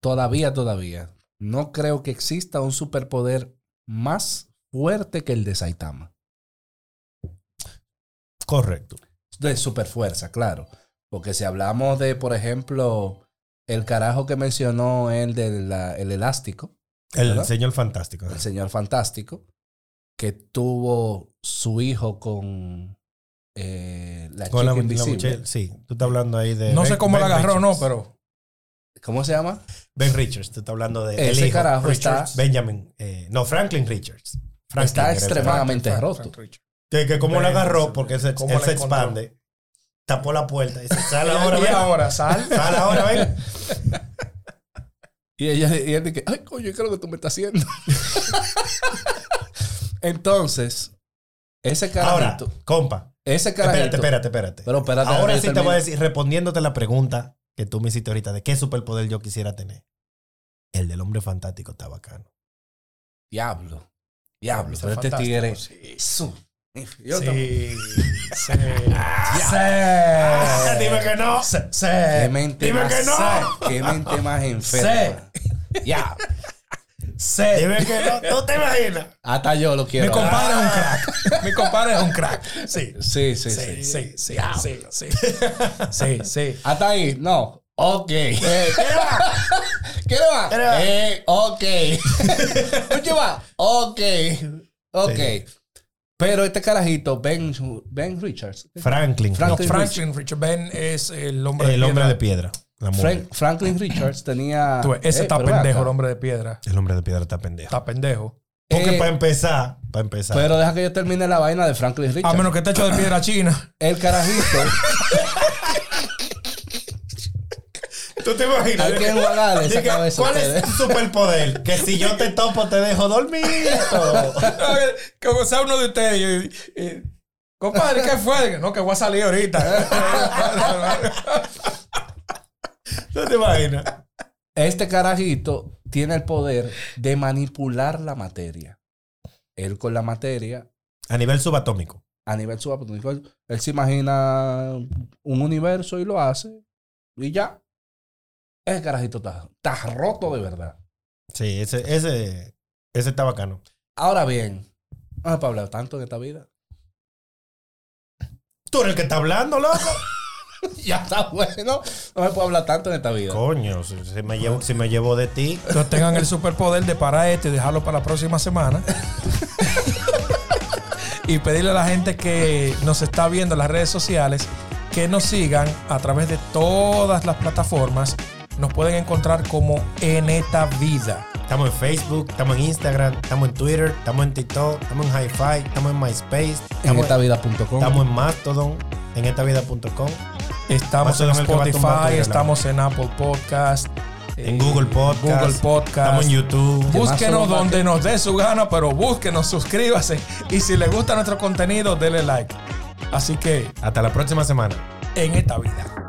[SPEAKER 3] todavía, todavía, no creo que exista un superpoder más fuerte que el de Saitama.
[SPEAKER 1] Correcto.
[SPEAKER 3] De superfuerza, claro. Porque si hablamos de, por ejemplo, el carajo que mencionó el del elástico,
[SPEAKER 1] El
[SPEAKER 3] ¿Verdad?
[SPEAKER 1] señor fantástico.
[SPEAKER 3] el señor fantástico, que tuvo su hijo con eh, la
[SPEAKER 1] Con
[SPEAKER 3] chica
[SPEAKER 1] la, la
[SPEAKER 3] invisible.
[SPEAKER 1] muchacha- sí, tú estás hablando ahí de.
[SPEAKER 2] No sé
[SPEAKER 1] Ben-
[SPEAKER 2] cómo la
[SPEAKER 1] Ben
[SPEAKER 2] agarró, no,
[SPEAKER 1] Richards.
[SPEAKER 2] pero
[SPEAKER 3] ¿Cómo se llama?
[SPEAKER 1] Ben Richards, tú estás hablando de.
[SPEAKER 3] Ese
[SPEAKER 1] el hijo,
[SPEAKER 3] carajo
[SPEAKER 1] Richards,
[SPEAKER 3] está-
[SPEAKER 1] Benjamin. eh, no, Franklin Richards. Franklin
[SPEAKER 3] Está
[SPEAKER 1] era el
[SPEAKER 3] extremadamente- Claramente
[SPEAKER 2] Frank-
[SPEAKER 3] roto.
[SPEAKER 2] Frank Richard.
[SPEAKER 1] Que, que como la
[SPEAKER 2] Ven,
[SPEAKER 1] agarró, porque se,
[SPEAKER 2] ¿cómo
[SPEAKER 1] él
[SPEAKER 2] la
[SPEAKER 1] se
[SPEAKER 2] encontró?
[SPEAKER 1] expande, tapó la puerta y dice, sal ahora,
[SPEAKER 2] Y
[SPEAKER 1] ven.
[SPEAKER 2] ahora, sal.
[SPEAKER 1] Sal ahora, ven.
[SPEAKER 3] Y ella y él dice, ay, coño, ¿qué es lo que tú me estás haciendo? Entonces, ese
[SPEAKER 1] Ahora,
[SPEAKER 3] carajito,
[SPEAKER 1] compa.
[SPEAKER 3] ese
[SPEAKER 1] Espérate,
[SPEAKER 3] carajito,
[SPEAKER 1] espérate, espérate.
[SPEAKER 3] pero espérate,
[SPEAKER 1] ahora sí
[SPEAKER 3] déjame
[SPEAKER 1] te
[SPEAKER 3] terminar.
[SPEAKER 1] voy a decir, respondiéndote la pregunta que tú me hiciste ahorita de qué superpoder yo quisiera tener. El del hombre fantástico está bacano.
[SPEAKER 3] diablo, diablo,
[SPEAKER 2] Mr.
[SPEAKER 3] pero este
[SPEAKER 2] Fantástico,
[SPEAKER 3] tigre,
[SPEAKER 2] sí.
[SPEAKER 3] su- yo también.
[SPEAKER 2] Sí. Sí.
[SPEAKER 1] Ah,
[SPEAKER 2] Sí.
[SPEAKER 1] dime que no.
[SPEAKER 2] Oh, Sí. Sí.
[SPEAKER 3] qué mente
[SPEAKER 1] Dime
[SPEAKER 3] más,
[SPEAKER 1] que no.
[SPEAKER 3] qué mente más enferma, ya,
[SPEAKER 2] Sí.
[SPEAKER 1] Dime que no. ¿Tú te imaginas?
[SPEAKER 3] hasta yo lo
[SPEAKER 2] Mi
[SPEAKER 3] quiero,
[SPEAKER 2] compadre es un crack. Mi compadre es un crack. Sí.
[SPEAKER 3] sí,
[SPEAKER 2] Sí,
[SPEAKER 3] sí, sí,
[SPEAKER 2] sí, sí,
[SPEAKER 3] Diablo.
[SPEAKER 2] sí, sí. Sí, sí.
[SPEAKER 3] hasta ahí, no, ok, ¿qué le va?
[SPEAKER 1] ¿Qué le va?
[SPEAKER 3] Eh, ok, ¿qué va? Ok, ok,
[SPEAKER 1] Sí.
[SPEAKER 3] pero este carajito, Ben, ben Richards,
[SPEAKER 1] Franklin.
[SPEAKER 2] No,
[SPEAKER 3] Franklin
[SPEAKER 2] Franklin Richard Ben es el hombre
[SPEAKER 1] el
[SPEAKER 2] de
[SPEAKER 1] hombre de
[SPEAKER 2] piedra.
[SPEAKER 1] piedra. La mujer.
[SPEAKER 3] Frank- Franklin Richards tenía.
[SPEAKER 2] Tú ves, Ese
[SPEAKER 3] Eh,
[SPEAKER 2] está
[SPEAKER 3] pero ve
[SPEAKER 2] pendejo, el
[SPEAKER 3] acá.
[SPEAKER 2] hombre de piedra.
[SPEAKER 1] El hombre de piedra está pendejo.
[SPEAKER 2] Está pendejo.
[SPEAKER 1] Porque
[SPEAKER 3] Eh,
[SPEAKER 1] para empezar, para empezar.
[SPEAKER 3] Pero deja que yo termine la vaina de Franklin
[SPEAKER 2] A
[SPEAKER 3] Richards.
[SPEAKER 2] menos que esté hecho de piedra china.
[SPEAKER 3] El carajito.
[SPEAKER 1] ¿Tú te imaginas?
[SPEAKER 3] Hay que enjuagarle esa
[SPEAKER 1] Diga,
[SPEAKER 3] cabeza a
[SPEAKER 1] ¿Cuál es
[SPEAKER 3] ustedes.
[SPEAKER 1] tu superpoder? Que si yo te topo, te dejo dormir.
[SPEAKER 2] Como sea uno de ustedes. y- y- Compadre, ¿qué fue? No, que voy a salir ahorita.
[SPEAKER 1] ¿Tú te imaginas?
[SPEAKER 3] Este carajito tiene el poder de manipular la materia. Él con la materia,
[SPEAKER 1] A nivel subatómico.
[SPEAKER 3] a nivel subatómico, él se imagina un universo y lo hace. Y ya. El carajito está, está roto de verdad.
[SPEAKER 1] Sí, ese, ese, ese está bacano.
[SPEAKER 3] Ahora bien, no para hablar tanto en esta vida.
[SPEAKER 1] Tú eres el que está hablando, loco.
[SPEAKER 3] Ya está bueno. No me puedo hablar tanto en esta vida.
[SPEAKER 1] Coño, si, si me, llevo, si me llevo de ti.
[SPEAKER 2] Entonces tengan el superpoder de parar este y dejarlo para la próxima semana. y pedirle a la gente que nos está viendo en las redes sociales que nos sigan a través de todas las plataformas. Nos pueden encontrar como Eneta Vida.
[SPEAKER 1] Estamos en Facebook, estamos en Instagram, estamos en Twitter, estamos en TikTok, estamos en Hi-Fi, estamos en MySpace,
[SPEAKER 3] En
[SPEAKER 1] estamos,
[SPEAKER 3] esta vida.com.
[SPEAKER 1] estamos en Mastodon, en estavida.com,
[SPEAKER 2] Estamos
[SPEAKER 1] Paso
[SPEAKER 2] en
[SPEAKER 1] con el que va a tumbar tu
[SPEAKER 2] Spotify, estamos en Apple Podcast,
[SPEAKER 1] en
[SPEAKER 2] eh,
[SPEAKER 1] Google Podcast,
[SPEAKER 2] Google Podcast.
[SPEAKER 1] estamos en YouTube.
[SPEAKER 2] Búsquenos
[SPEAKER 3] Además, somos
[SPEAKER 2] donde nos dé su gana, pero búsquenos, suscríbase. Y si les gusta nuestro contenido, denle like. Así que,
[SPEAKER 1] Hasta la próxima semana.
[SPEAKER 2] en esta vida.